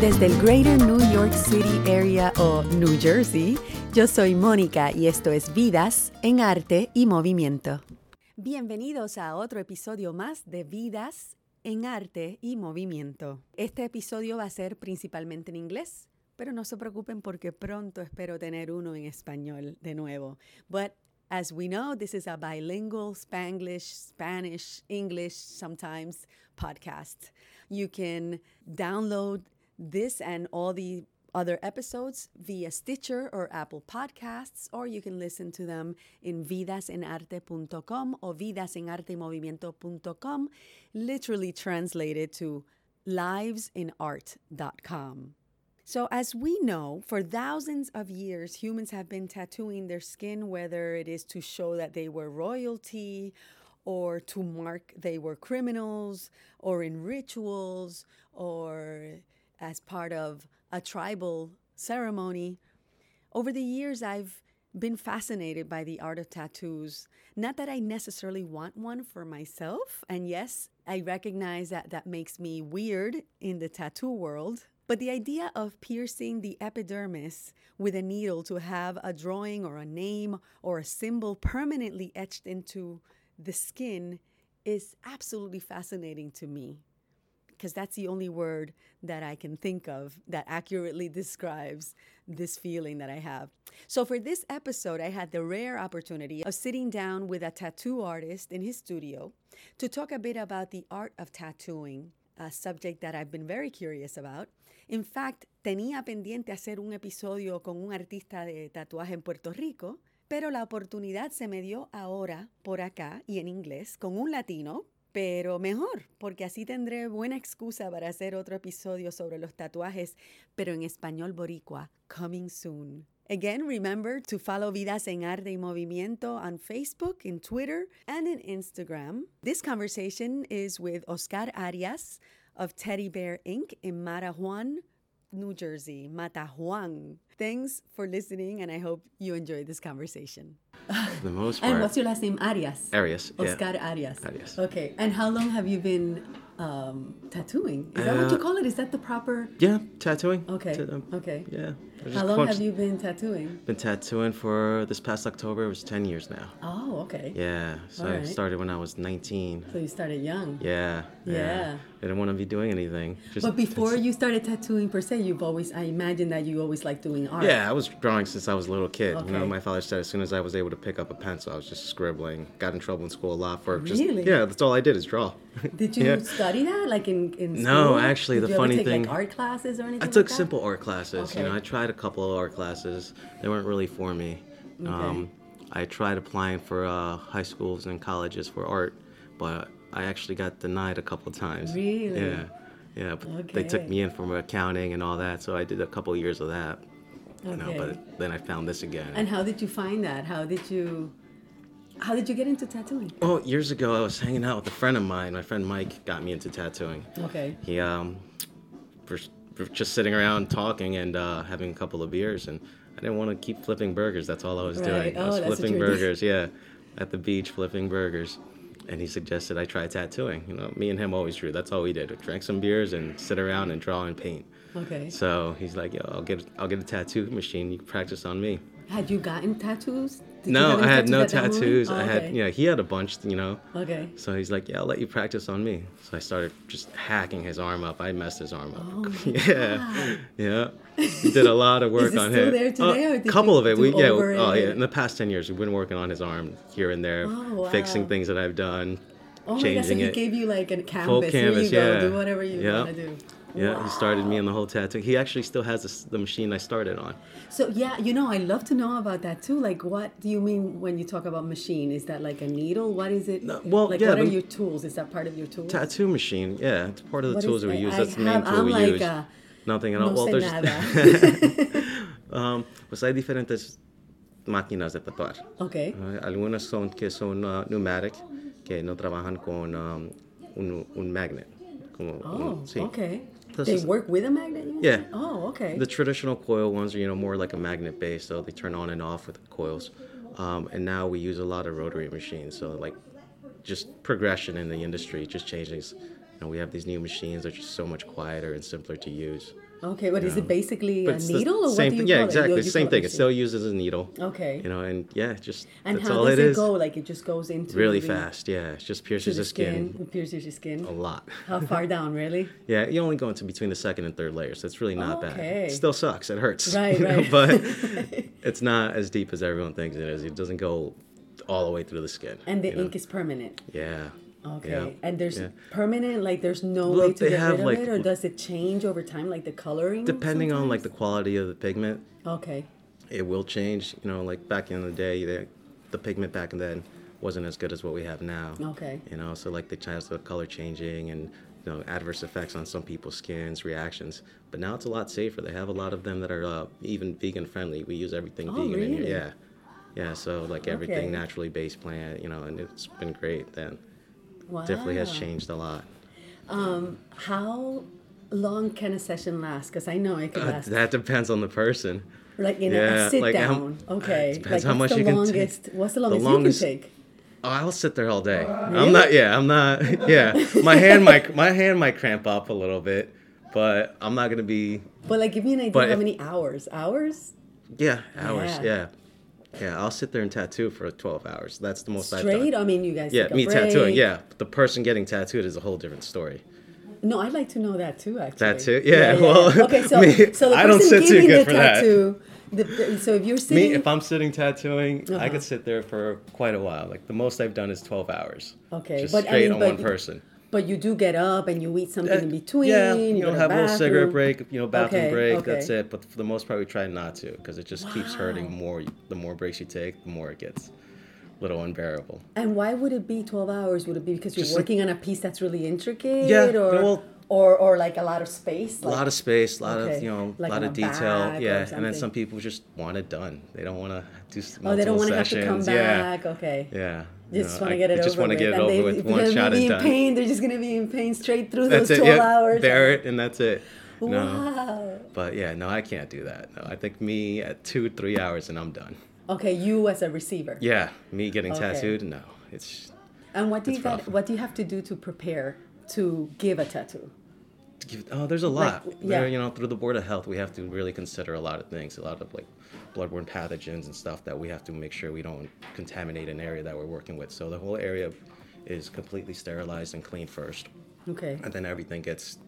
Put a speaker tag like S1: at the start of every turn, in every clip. S1: Desde el Greater New York City Area o New Jersey, yo soy Mónica y esto es Vidas en Arte y Movimiento. Bienvenidos a otro episodio más de Vidas en Arte y Movimiento. Este episodio va a ser principalmente en inglés, pero no se preocupen porque pronto espero tener uno en español de nuevo. But as we know, this is a bilingual Spanglish, Spanish, English sometimes podcast. You can download this and all the other episodes via Stitcher or Apple Podcasts, or you can listen to them in vidasenarte.com or vidasenartemovimiento.com, literally translated to livesinart.com. So, as we know, for thousands of years, humans have been tattooing their skin, whether it is to show that they were royalty or to mark they were criminals or in rituals or as part of a tribal ceremony. Over the years, I've been fascinated by the art of tattoos. Not that I necessarily want one for myself, and yes, I recognize that that makes me weird in the tattoo world. But the idea of piercing the epidermis with a needle to have a drawing or a name or a symbol permanently etched into the skin is absolutely fascinating to me because that's the only word that I can think of that accurately describes this feeling that I have. So, for this episode, I had the rare opportunity of sitting down with a tattoo artist in his studio to talk a bit about the art of tattooing, a subject that I've been very curious about. In fact, tenía pendiente hacer un episodio con un artista de tatuaje en Puerto Rico. Pero la oportunidad se me dio ahora, por acá y en inglés, con un latino, pero mejor, porque así tendré buena excusa para hacer otro episodio sobre los tatuajes, pero en español boricua, coming soon. Again, remember to follow Vidas en Arte y Movimiento on Facebook, in Twitter, and in Instagram. This conversation is with Oscar Arias of Teddy Bear Inc. in Marajuan, New Jersey, Matajuan. Thanks for listening, and I hope you enjoyed this conversation.
S2: the most part.
S1: And what's your last name? Arias.
S2: Arias. yeah.
S1: Oscar Arias.
S2: Arias.
S1: Okay. And how long have you been um, tattooing? Is that what you
S2: Uh,
S1: call it? Is that the proper?
S2: Yeah, tattooing.
S1: Okay.
S2: Ta- um,
S1: okay.
S2: Yeah. I just
S1: How long have
S2: punched-
S1: you been tattooing?
S2: been tattooing for this past October? It was 10 years now.
S1: Oh, okay.
S2: Yeah. So I
S1: Alright.
S2: started when I was 19.
S1: So you started young.
S2: Yeah.
S1: Yeah.
S2: I didn't want to be doing anything. Just
S1: But before you started tattooing per se, you've always, I imagine that you always liked doing art.
S2: Yeah, I was drawing since I was a little kid. You know,
S1: Okay.
S2: my father said as soon as I was able to pick up a pencil, I was just scribbling. Got in trouble in school a lot for just
S1: Really?
S2: yeah. That's all I did is draw.
S1: Did you
S2: Yeah.
S1: study that? Like in, in school?
S2: No, actually,
S1: Did
S2: the
S1: you ever
S2: funny
S1: take,
S2: thing-
S1: Like art classes or anything?
S2: I
S1: like
S2: took
S1: that?
S2: simple art classes. You know,
S1: Okay.
S2: I tried a couple of art classes. They weren't really for me. Um, I tried applying for uh, high schools and colleges for art, but I actually got denied a couple of times.
S1: Really?
S2: Yeah. Yeah, but they took
S1: Okay.
S2: me in for accounting and all that, so I did a couple of years of that. You know,
S1: Okay.
S2: but then I found this again.
S1: And how did you find that? How did you, how did you get into tattooing?
S2: Well, Oh, years ago, I was hanging out with a friend of mine. My friend Mike got me into tattooing.
S1: Okay.
S2: He um, for, for just sitting around talking and uh, having a couple of beers, and I didn't want to keep flipping burgers. That's all I was
S1: Right.
S2: doing. I
S1: Oh,
S2: was
S1: that's what
S2: flipping
S1: you were doing.
S2: burgers, yeah, at the beach flipping burgers. And he suggested I try tattooing. You know, me and him always drew. That's all we did. We drank some beers and sit around and draw and paint.
S1: Okay.
S2: So he's like, "Yo, I'll get I'll get a tattoo machine. You can practice on me."
S1: Had you gotten tattoos? Did you have
S2: no,
S1: any
S2: I had no
S1: at that moment?
S2: tattoos.
S1: Oh,
S2: I
S1: okay.
S2: had yeah. He had a bunch. You know.
S1: Okay.
S2: So he's like, "Yeah, I'll let you practice on me." So I started just hacking his arm up. I messed his arm up.
S1: Oh
S2: yeah, yeah. We did a lot of work
S1: it
S2: on
S1: still
S2: him.
S1: there today,
S2: Oh,
S1: or did
S2: couple
S1: you
S2: of it.
S1: do
S2: We yeah.
S1: over
S2: Oh
S1: it?
S2: yeah. In the past ten years, we've been working on his arm here and there,
S1: Oh,
S2: fixing
S1: wow.
S2: things that I've done,
S1: Oh my gosh, so
S2: changing
S1: he
S2: it.
S1: gave you like a canvas.
S2: canvas,
S1: Here you
S2: yeah.
S1: go, do whatever you
S2: Yeah.
S1: want to do.
S2: yeah,
S1: Wow.
S2: he started me in the whole tattoo. He actually still has this, the machine I started on.
S1: So yeah, you know, I love to know about that too. Like, what do you mean when you talk about machine? Is that like a needle? What is it?
S2: No, well,
S1: like,
S2: yeah,
S1: what are
S2: the-
S1: your tools? Is that part of your tools?
S2: Tattoo machine. Yeah, it's part of the
S1: What is
S2: tools that we
S1: that?
S2: use.
S1: I
S2: That's the main
S1: have-
S2: tool
S1: I'm
S2: we
S1: like
S2: use.
S1: a-
S2: Nothing at all.
S1: no
S2: well,
S1: sé
S2: there's
S1: nada.
S2: um, pues hay diferentes máquinas de tatuar.
S1: okay.
S2: Ah, Algunas son que son ah, pneumatic, que no trabajan con um, un, un magnet. Como un-
S1: Oh,
S2: sí.
S1: okay.
S2: This
S1: they
S2: is-
S1: work with a magnet. you
S2: Yeah.
S1: said? Oh, okay.
S2: The traditional coil ones are, you know, more like a magnet based, so they turn on and off with coils. Um, and now we use a lot of rotary machines, so like just progression in the industry just changes. And we have these new machines that are just so much quieter and simpler to use.
S1: Okay, but is it basically
S2: But
S1: a
S2: it's the
S1: needle or what
S2: same
S1: do you
S2: thing.
S1: call
S2: Yeah,
S1: it?
S2: exactly.
S1: You- you
S2: Same
S1: call
S2: thing.
S1: it-
S2: It's still used as a needle.
S1: Okay.
S2: You know, and yeah, it's just
S1: and
S2: that's
S1: how
S2: all
S1: does
S2: it
S1: it,
S2: is.
S1: go? Like it just goes into
S2: really
S1: the-
S2: fast. Yeah, it just Oh.
S1: to
S2: pierces
S1: the
S2: the skin,
S1: skin, it pierces your skin.
S2: a lot.
S1: How far down, really?
S2: Yeah, you only go into between the second and third layers. so It's really not bad.
S1: Okay.
S2: It still sucks. It hurts.
S1: Right,
S2: you know,
S1: right.
S2: but it's not as deep as everyone thinks it is. It doesn't go all the way through the skin.
S1: And the
S2: you know?
S1: ink is permanent.
S2: Yeah.
S1: Okay.
S2: yeah.
S1: And there's
S2: yeah.
S1: permanent, like there's no way
S2: Look,
S1: to
S2: they
S1: get
S2: have,
S1: rid of
S2: like,
S1: it, or does it change over time, like the coloring?
S2: Depending on like the quality of the pigment,
S1: sometimes? Okay.
S2: it will change. You know, like back in the day, the, the pigment back then wasn't as good as what we have now.
S1: Okay.
S2: You know, so like the chance of color changing and you know adverse effects on some people's skins, reactions. But now it's a lot safer. They have a lot of them that are uh, even vegan friendly. We use everything vegan in
S1: Oh, really?
S2: here. Yeah. Yeah. So like everything
S1: Okay.
S2: naturally based plant. You know, and it's been great. Then
S1: Wow.
S2: definitely has changed a lot.
S1: How long can a session last? Because I know it could
S2: But
S1: last.
S2: that depends on the person.
S1: like in a,
S2: yeah,
S1: a sit
S2: like, how-
S1: down. okay.
S2: it depends
S1: like
S2: how
S1: what's
S2: much
S1: the
S2: you can take.
S1: longest? What's the longest,
S2: longest-
S1: you can take?
S2: Oh, I'll sit there all day. I'm not. Yeah, I'm not. Yeah, my hand might my hand might cramp up a little bit, but I'm not gonna be.
S1: But like, give me an idea
S2: But
S1: how
S2: if-
S1: many hours? Hours
S2: Yeah, hours.
S1: Yeah.
S2: Yeah. yeah, I'll sit there and tattoo for 12 hours. That's the most I've
S1: straight?
S2: done.
S1: I mean, you guys.
S2: Yeah,
S1: take a
S2: me tattooing.
S1: break.
S2: Yeah, but the person getting tattooed is a whole different story.
S1: No, I'd like to know that too. Actually.
S2: That too? Yeah, well,
S1: Okay. So,
S2: me-
S1: so the
S2: I don't
S1: person
S2: sit too
S1: giving
S2: good
S1: the
S2: for that.
S1: tattoo. The, the- so if you're
S2: Me,
S1: sitting.
S2: if I'm sitting tattooing, I
S1: Uh-huh.
S2: could sit there for quite a while. Like the most I've done is 12 hours.
S1: Okay,
S2: just
S1: but I
S2: straight
S1: mean,
S2: on
S1: but-
S2: one person.
S1: But you do get up and you eat something in
S2: Uh,
S1: between.
S2: Yeah,
S1: you
S2: you know,
S1: go to
S2: have a little cigarette
S1: bathroom.
S2: break, you know, bathroom
S1: Okay,
S2: break.
S1: okay.
S2: That's it. But for the most part, we try not to because it just keeps hurting
S1: Wow.
S2: more. The more breaks you take, the more it gets a little unbearable.
S1: And why would it be 12 hours? Would it be because you're
S2: Just like-
S1: working on a piece that's really intricate?
S2: Yeah,
S1: Or,
S2: well-
S1: or, or like a lot of space?
S2: A lot of space, a lot
S1: Okay.
S2: of you know,
S1: Like
S2: a lot
S1: on
S2: of
S1: a
S2: detail.
S1: bag or
S2: Yeah, and
S1: something.
S2: then some people just want it done. They don't want to do s- multiple
S1: Oh, they don't want to have
S2: sessions.
S1: to come
S2: yeah,
S1: back. Okay.
S2: yeah.
S1: They
S2: You
S1: just
S2: know,
S1: want
S2: I-
S1: to get it
S2: they just
S1: over
S2: wanna
S1: with.
S2: get it
S1: and
S2: over
S1: they,
S2: with
S1: if
S2: one
S1: they're
S2: shot
S1: gonna be
S2: and
S1: in
S2: done.
S1: pain. They're just going to be in pain straight through
S2: That's
S1: those
S2: it.
S1: 12
S2: Yeah,
S1: hours.
S2: there it, and that's it. No,
S1: Wow.
S2: but yeah, no, I can't do that. No, I think me at two, three hours, and I'm done.
S1: Okay, you as a receiver.
S2: Yeah, me getting
S1: Okay.
S2: tattooed, no, it's
S1: And what do you
S2: It's
S1: got,
S2: rough.
S1: what do you have to do to prepare to give a tattoo?
S2: to give- Oh, there's a lot.
S1: Like,
S2: There,
S1: yeah.
S2: you know, through the Board of Health, we have to really consider a lot of things, a lot of like bloodborne pathogens and stuff that we have to make sure we don't contaminate an area that we're working with. So the whole area is completely sterilized and cleaned first,
S1: Okay.
S2: and then everything gets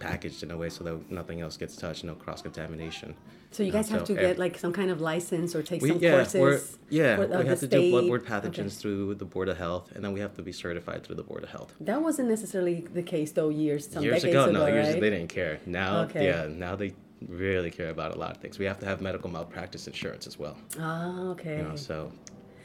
S2: packaged in a way so that nothing else gets touched, no cross contamination.
S1: So you guys have to
S2: so
S1: get
S2: ev-
S1: like some kind of license or take
S2: We,
S1: some
S2: yeah,
S1: courses.
S2: we're, yeah,
S1: for- of
S2: we
S1: the
S2: have to do
S1: state.
S2: bloodborne pathogens
S1: Okay.
S2: through the Board of Health, and then we have to be certified through the Board of Health.
S1: That wasn't necessarily the case though. Years, some
S2: years
S1: decades
S2: ago, no, years
S1: right?
S2: they didn't care. Now,
S1: Okay.
S2: yeah, now they really care about a lot of things. We have to have medical malpractice insurance as well.
S1: Ah, okay.
S2: You know, so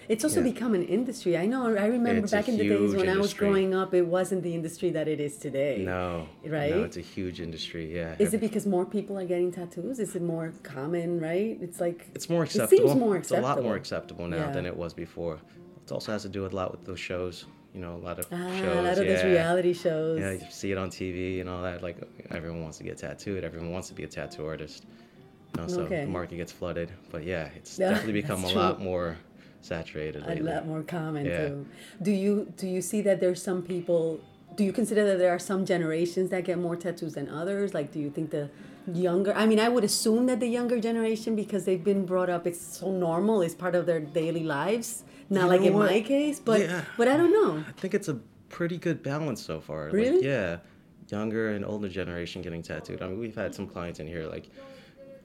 S1: it's also
S2: yeah.
S1: become an industry. I know. I remember
S2: It's a
S1: back in the days
S2: huge
S1: when I was
S2: industry.
S1: growing up, it wasn't the industry that it is today.
S2: no,
S1: Right?
S2: No, it's a huge industry. Yeah,
S1: Is it because more people are getting tattoos? Is it more common? Right? It's like
S2: it's more
S1: seems
S2: acceptable.
S1: more
S2: It's a lot
S1: acceptable.
S2: more acceptable now
S1: Yeah.
S2: than it was before. It also has to do with a lot with those shows. You know, a lot of
S1: ah,
S2: shows.
S1: a lot of
S2: yeah.
S1: those reality shows.
S2: Yeah, you see it on TV and all that. Like everyone wants to get tattooed. Everyone wants to be a tattoo artist. You know, so
S1: Okay.
S2: the market gets flooded. But yeah, it's
S1: Yeah,
S2: definitely become a
S1: that's
S2: lot
S1: true.
S2: more saturated
S1: a
S2: lately.
S1: lot more common
S2: Yeah.
S1: too. Do you do you see that there's some people? Do you consider that there are some generations that get more tattoos than others? Like, do you think the younger? I mean, I would assume that the younger generation, because they've been brought up, it's so normal, it's part of their daily lives. Not
S2: You
S1: like
S2: know
S1: in
S2: what?
S1: my case, but
S2: Yeah.
S1: but I don't know.
S2: I think it's a pretty good balance so far.
S1: Really?
S2: Like, yeah, younger and older generation getting tattooed. I mean, we've had some clients in here like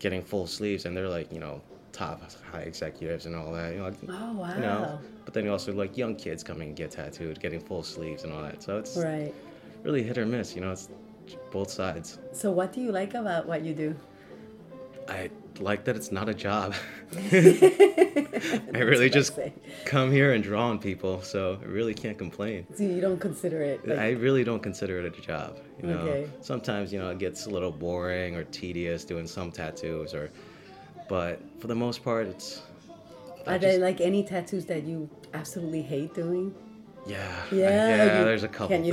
S2: getting full sleeves, and they're like, you know, top high executives and all that. You know, like,
S1: Oh wow!
S2: you know. But then you also like young kids coming and get tattooed, getting full sleeves and all that. So it's
S1: Right.
S2: really hit or miss. You know, it's both sides.
S1: So, what do you like about what you do?
S2: I like that it's not a job. I really just
S1: say.
S2: come here and draw on people, so I really can't complain.
S1: So you don't consider it. Like,
S2: I really don't consider it a job. You know,
S1: Okay.
S2: sometimes you know it gets a little boring or tedious doing some tattoos, or but for the most part, it's I
S1: are there
S2: just-
S1: like any tattoos that you absolutely hate doing?
S2: yeah, I-
S1: Yeah,
S2: yeah.
S1: you-
S2: there's a couple.
S1: can you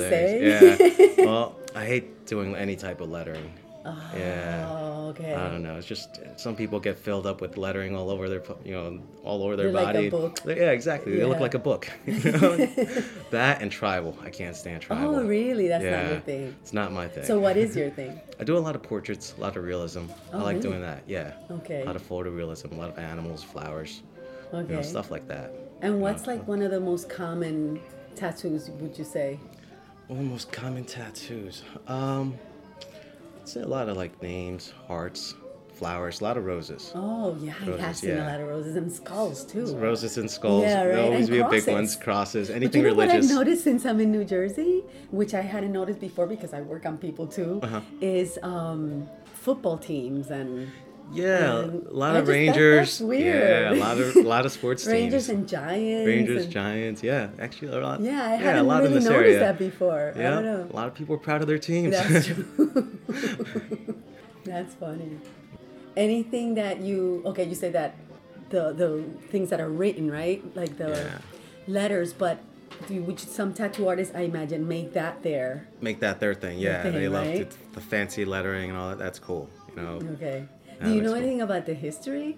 S2: things.
S1: say?
S2: Yeah. well, I hate doing any type of lettering. yeah.
S1: Oh, okay.
S2: I don't know. It's just some people get filled up with lettering all over their, you know, all over their
S1: They're like a
S2: body.
S1: book.
S2: They- Yeah, exactly. They look
S1: Yeah.
S2: like a book. you know? that and tribal. I can't stand tribal.
S1: Oh, really? That's not
S2: Yeah,
S1: your thing.
S2: it's not my thing.
S1: So, what is your thing?
S2: I do a lot of portraits, a lot of realism. I
S1: Oh,
S2: like
S1: really?
S2: doing that. Yeah.
S1: Okay.
S2: A lot of photorealism, a lot of animals, flowers, you
S1: Okay.
S2: know, stuff like that.
S1: and what's like one of the most common tattoos? Would you say?
S2: One of the most common tattoos. Um, I'd say a lot of like names, hearts, flowers, a lot of roses.
S1: Oh yeah, I have
S2: Roses,
S1: seen a
S2: yeah.
S1: lot of roses and skulls too.
S2: Roses and skulls.
S1: Yeah, right,
S2: There'll always
S1: and
S2: be a big
S1: crosses.
S2: ones, crosses,
S1: But
S2: anything
S1: you know
S2: religious.
S1: what I've noticed since I'm in New Jersey, which I hadn't noticed before because I work on people too,
S2: Uh-huh.
S1: is um, football teams and
S2: yeah,
S1: Um,
S2: a lot
S1: I
S2: of
S1: just- that- that's
S2: Rangers. Yeah,
S1: weird.
S2: a lot of a lot of sports teams.
S1: Rangers and Giants.
S2: Rangers,
S1: and-
S2: Giants. Yeah, actually a lot.
S1: Yeah, I
S2: a
S1: hadn't
S2: lot
S1: really
S2: in this
S1: noticed
S2: area.
S1: that before. I
S2: Yeah,
S1: don't know.
S2: a lot of people are proud of their teams.
S1: That's true. That's funny. Anything that you okay, you say that the the things that are written, right? Like the
S2: Yeah.
S1: letters, but do you, which some tattoo artists I imagine make that there.
S2: Make that their thing. Yeah,
S1: thing,
S2: they love
S1: right?
S2: it. the fancy lettering and all that. That's cool. You know,
S1: Okay.
S2: Yeah,
S1: do you
S2: that's
S1: know
S2: cool.
S1: anything about the history?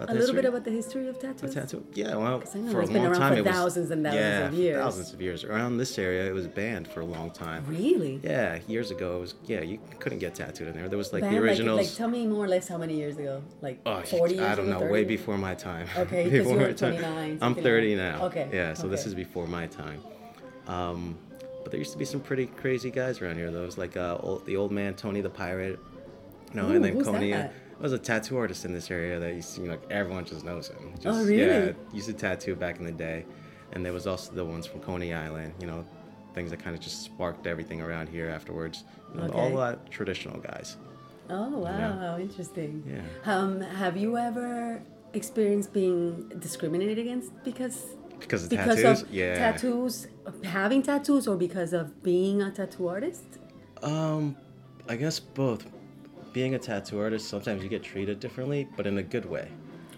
S2: About
S1: a
S2: the
S1: little bit
S2: history?
S1: about the history of tattoos.
S2: A tattoo? Yeah, well,
S1: I know
S2: for
S1: it's
S2: a
S1: been
S2: long
S1: around
S2: time
S1: for
S2: it was
S1: thousands and thousands
S2: yeah,
S1: of
S2: for
S1: years.
S2: thousands of years. Around this area, it was banned for a long time.
S1: Really?
S2: Yeah, years ago, it was yeah, you couldn't get tattooed in there. There was like
S1: Back,
S2: the
S1: like,
S2: originals.
S1: like tell me more or less how many years ago? Like
S2: Oh,
S1: 40 years
S2: I don't
S1: ago,
S2: know,
S1: 30?
S2: way before my time.
S1: Okay, 'cause you
S2: Before
S1: were
S2: my time.
S1: 29,
S2: I'm
S1: something like
S2: 30
S1: that.
S2: now.
S1: Okay,
S2: Yeah, so this
S1: okay.
S2: is before my time. Um, but there used to be some pretty crazy guys around here. There was like uh, old, the old man Tony the Pirate, you know,
S1: Ooh,
S2: and then
S1: who's
S2: Coney.
S1: that?
S2: I was a tattoo artist in this area that used to, you know, like everyone just knows him. Just, Yeah,
S1: Oh, really?
S2: used to tattoo back in the day. And there was also the ones from Coney Island, you know, things that kind of just sparked everything around here afterwards. You know, All
S1: Okay.
S2: a lot of traditional guys.
S1: Oh wow,
S2: know?
S1: how interesting.
S2: Yeah.
S1: Um, have you ever experienced being discriminated against because
S2: Because of
S1: because
S2: tattoos?
S1: of
S2: yeah.
S1: tattoos, having tattoos, or because of being a tattoo artist?
S2: Um, I guess both. Being a tattoo artist, sometimes you get treated differently, but in a good way.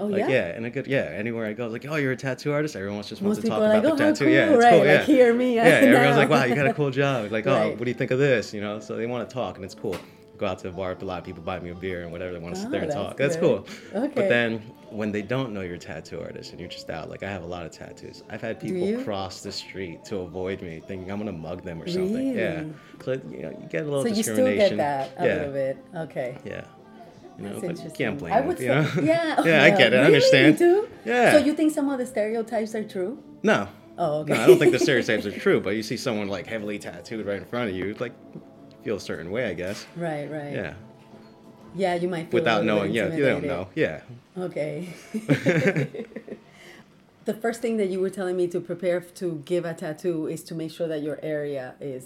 S1: Oh
S2: like
S1: yeah.
S2: in a good yeah. Anywhere I go, it's like, oh, you're a tattoo artist. Everyone just wants
S1: Most
S2: to talk
S1: people are
S2: about
S1: like,
S2: the
S1: "Oh, how
S2: tattoo. yeah,
S1: cool,"
S2: it's
S1: right?
S2: cool.
S1: Like,
S2: yeah.
S1: hear me,
S2: Yeah,
S1: I
S2: everyone's
S1: know.
S2: like, wow, you got a cool job. Like, oh,
S1: Right.
S2: what do you think of this? You know, so they want to talk, and it's cool. Go out to a bar, a lot of people buy me a beer and whatever. They want to
S1: Oh,
S2: sit there and
S1: that's
S2: talk. That's
S1: good.
S2: cool.
S1: Okay.
S2: But then when they don't know you're a tattoo artist and you're just out, like I have a lot of tattoos. I've had
S1: you?
S2: people cross the street to avoid me, thinking I'm gonna mug them or something. Yeah.
S1: Really?
S2: So you know, you get a little
S1: So you still
S2: discrimination.
S1: get that a
S2: yeah.
S1: little bit. Okay.
S2: Yeah. You know,
S1: That's
S2: but you
S1: interesting.
S2: can't blame
S1: I
S2: them,
S1: would
S2: you
S1: say,
S2: know?
S1: yeah.
S2: yeah, I
S1: well,
S2: get it. I
S1: really?
S2: understand.
S1: You do?
S2: Yeah.
S1: So you think some of the stereotypes are true?
S2: No.
S1: Oh, okay.
S2: No, I don't think the stereotypes are true, but you see someone like heavily tattooed right in front of you, it's like you feel a certain way, I guess.
S1: Right, right.
S2: Yeah.
S1: Yeah, you might feel a
S2: Without
S1: little bit
S2: knowing, yeah, you don't
S1: intimidated.
S2: know. Yeah.
S1: Okay. the first thing that you were telling me to prepare f- to give a tattoo is to make sure that your area is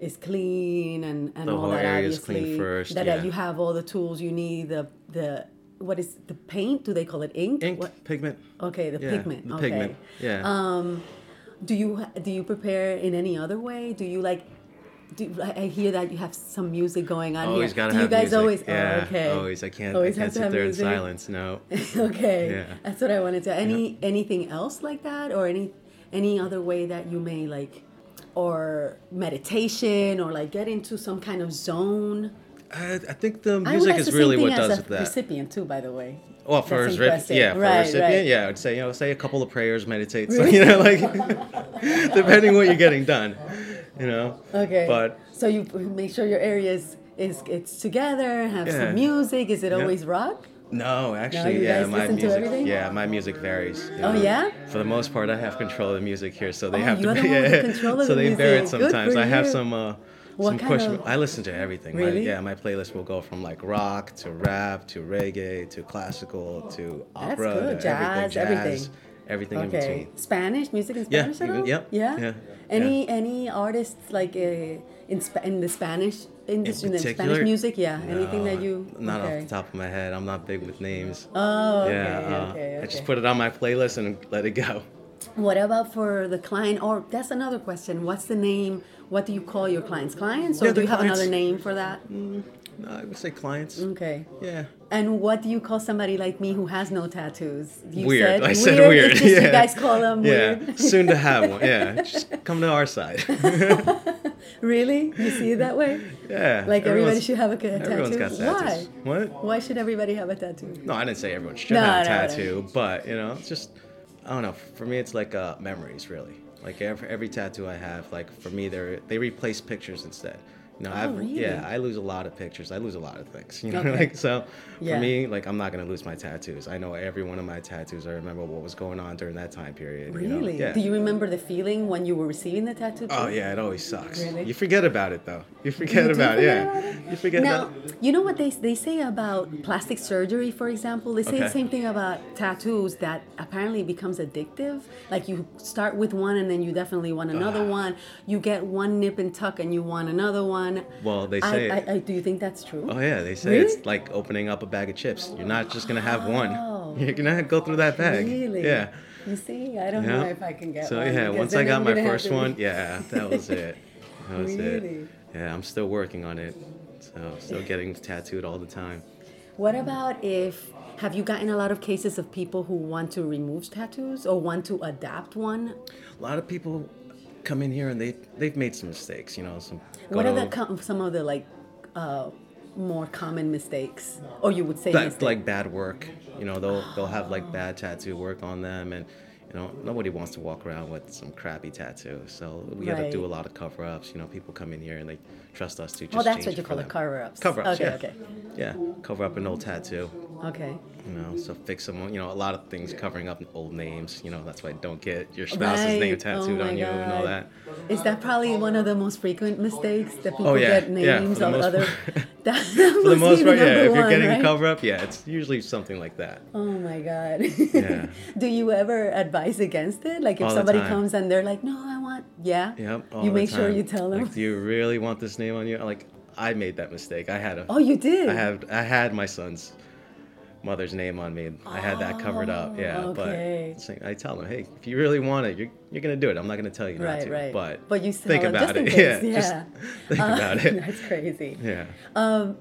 S1: is clean and, and
S2: The
S1: all
S2: whole
S1: that
S2: area is
S1: obviously.
S2: clean first,
S1: that,
S2: yeah.
S1: that you have all the tools you need, the the what is the paint? Do they call it ink?
S2: Ink,
S1: What?
S2: pigment.
S1: Okay, the
S2: Yeah,
S1: pigment.
S2: The
S1: okay. Um,
S2: pigment. Yeah.
S1: Do you ha- do you prepare in any other way? Do you like do, I I hear that you have some music going on here.
S2: always gotta
S1: do you
S2: have
S1: guys
S2: music.
S1: always oh,
S2: yeah.
S1: okay.
S2: Always. I can't.
S1: Always
S2: I
S1: have
S2: can't
S1: to
S2: sit
S1: have
S2: there
S1: music.
S2: in silence. No.
S1: okay
S2: Yeah.
S1: that's what i wanted to any anything else like that or any any other way that you may like or meditation or like get into some kind of zone
S2: I, I think the
S1: I would
S2: music
S1: ask the
S2: is
S1: same
S2: really what
S1: thing
S2: does
S1: as a
S2: it that.
S1: recipient too by the way
S2: Well, for a
S1: That's
S2: recipient,
S1: impressive.
S2: yeah, for
S1: Right,
S2: a recipient,
S1: right.
S2: yeah, I would say you know, say a couple of prayers, meditate, so, you know, like depending what you're getting done, you know.
S1: okay
S2: But
S1: so you p- make sure your area is is it's together have
S2: Yeah.
S1: some music is it
S2: Yeah.
S1: always rock
S2: no, actually,
S1: you
S2: yeah,
S1: guys
S2: my
S1: listen to
S2: music,
S1: everything?
S2: yeah, my music varies. you
S1: Oh,
S2: know.
S1: yeah?
S2: For the most part, I have control of the music here, so they
S1: Oh,
S2: have to,
S1: you're the
S2: be-
S1: one with
S2: yeah,
S1: control of
S2: so
S1: the
S2: they vary it
S1: music. Good for
S2: sometimes. I have
S1: you.
S2: some. Uh,
S1: What
S2: some
S1: kind
S2: question.
S1: of-
S2: I listen to everything. My-
S1: Really?
S2: yeah, my playlist will go from like rock to rap to reggae to classical to
S1: That's
S2: opera
S1: good.
S2: to everything,
S1: Jazz,
S2: jazz,
S1: everything.
S2: everything in
S1: okay
S2: between.
S1: spanish music in
S2: Yeah,
S1: spanish at
S2: you can-
S1: all?
S2: yep,
S1: yeah
S2: yeah,
S1: any any artists like uh, in, Sp- in the spanish in, the- in the spanish
S2: particular?
S1: music yeah anything that
S2: Uh,
S1: you
S2: Not
S1: okay.
S2: off the top of my head. I'm not big with names.
S1: Oh, okay,
S2: yeah, uh,
S1: okay, okay.
S2: I just put it on my playlist and let it go.
S1: What about for the client? Or that's another question. What's the name? What do you call your clients? Clients, or
S2: Yeah,
S1: do you
S2: they're Mm-hmm.
S1: have another name for that?
S2: No, I would say clients.
S1: Okay.
S2: Yeah.
S1: And what do you call somebody like me who has no tattoos? You
S2: weird. I said
S1: It's
S2: weird.
S1: just
S2: yeah.
S1: You guys call them
S2: Yeah.
S1: weird.
S2: Soon to have one. Yeah. Just come to our side.
S1: really? You see it that way?
S2: Yeah.
S1: Like everybody
S2: everyone's-
S1: should have a ca- tattoo.
S2: Everyone's got tattoos.
S1: Why?
S2: What?
S1: Why should everybody have a tattoo?
S2: No, I didn't say everyone should
S1: No,
S2: have a
S1: no, no.
S2: tattoo, but you know, it's just I don't know. For me, it's like uh, memories, really. Like every, every tattoo I have, like for me, they they replace pictures instead. You know, I've,
S1: Oh, really?
S2: yeah, I lose a lot of pictures. I lose a lot of things. You know,
S1: Okay.
S2: like so
S1: Yeah.
S2: for me, like I'm not gonna lose my tattoos. I know every one of my tattoos. I remember what was going on during that time period. you know?
S1: Really?
S2: Yeah.
S1: Do you remember the feeling when you were receiving the tattoo?
S2: Oh yeah, it always sucks.
S1: Really?
S2: You forget about it though. You forget
S1: do
S2: about it.
S1: forget
S2: Yeah.
S1: about it.
S2: You forget
S1: now,
S2: about.
S1: you know what they, they say about plastic surgery, for example? They say the
S2: Okay.
S1: same thing about tattoos that apparently becomes addictive. Like you start with one and then you definitely want another
S2: Ah.
S1: one. You get one nip and tuck and you want another one.
S2: Well, they
S1: I,
S2: say.
S1: I, I, do you think that's true?
S2: Oh yeah, they say
S1: Really?
S2: it's like opening up a bag of chips. You're not just gonna have
S1: Wow.
S2: one. You're gonna go through that bag.
S1: Really?
S2: Yeah.
S1: You see, I don't
S2: Yeah.
S1: know if I can get
S2: so
S1: one.
S2: yeah,
S1: because
S2: once
S1: then
S2: I got
S1: I'm
S2: my
S1: gonna have
S2: first
S1: to-
S2: one, yeah, that was it. That was
S1: Really?
S2: it. Yeah, I'm still working on it. So still getting tattooed all the time.
S1: What about if have you gotten a lot of cases of people who want to remove tattoos or want to adapt one?
S2: A lot of people come in here and they they've made some mistakes. You know, some.
S1: What
S2: go
S1: are the
S2: to-
S1: com- some of the like uh, more common mistakes, or you would say
S2: that,
S1: mistakes?
S2: like bad work. You know, they'll they'll have like bad tattoo work on them, and you know nobody wants to walk around with some crappy tattoo. So we had to do
S1: Right.
S2: a lot of cover ups. You know, people come in here and they trust us to just.
S1: oh, that's
S2: change
S1: what
S2: it
S1: you
S2: for
S1: call it,
S2: them.
S1: cover ups.
S2: Cover ups.
S1: Okay,
S2: yeah.
S1: okay,
S2: Yeah, cover up an old tattoo.
S1: okay.
S2: You know, so fix someone. You know, a lot of things covering up old names. You know, that's why don't get your spouse's name
S1: Right. Oh
S2: tattooed
S1: my
S2: on you and all
S1: God.
S2: that.
S1: Is that probably one of the most frequent mistakes that people
S2: Oh, yeah,
S1: get
S2: yeah, for
S1: names
S2: the
S1: of
S2: most
S1: other?
S2: part.
S1: That,
S2: For the most part, yeah. If you're getting
S1: right?
S2: a cover up, yeah, it's usually something like that.
S1: Oh my God.
S2: Yeah.
S1: Do you ever advise against it? Like if
S2: All the
S1: somebody
S2: time.
S1: comes and they're like, no, I want, yeah.
S2: Yep. all
S1: you
S2: the
S1: make sure
S2: time.
S1: you tell them.
S2: Like, do you really want this name on you? Like, I made that mistake. I had a.
S1: oh, you did?
S2: I had I had my son's mother's name on me. I had that covered up. Yeah.
S1: Oh, okay.
S2: But it's like, I tell them, hey, if you really want it, you're you're gonna do it. I'm not gonna tell you not
S1: Right,
S2: to.
S1: right.
S2: But
S1: But you still
S2: think
S1: tell them,
S2: about
S1: just in
S2: it.
S1: case,
S2: Yeah. Just
S1: yeah.
S2: think
S1: Uh,
S2: about it.
S1: That's crazy.
S2: Yeah.
S1: Um,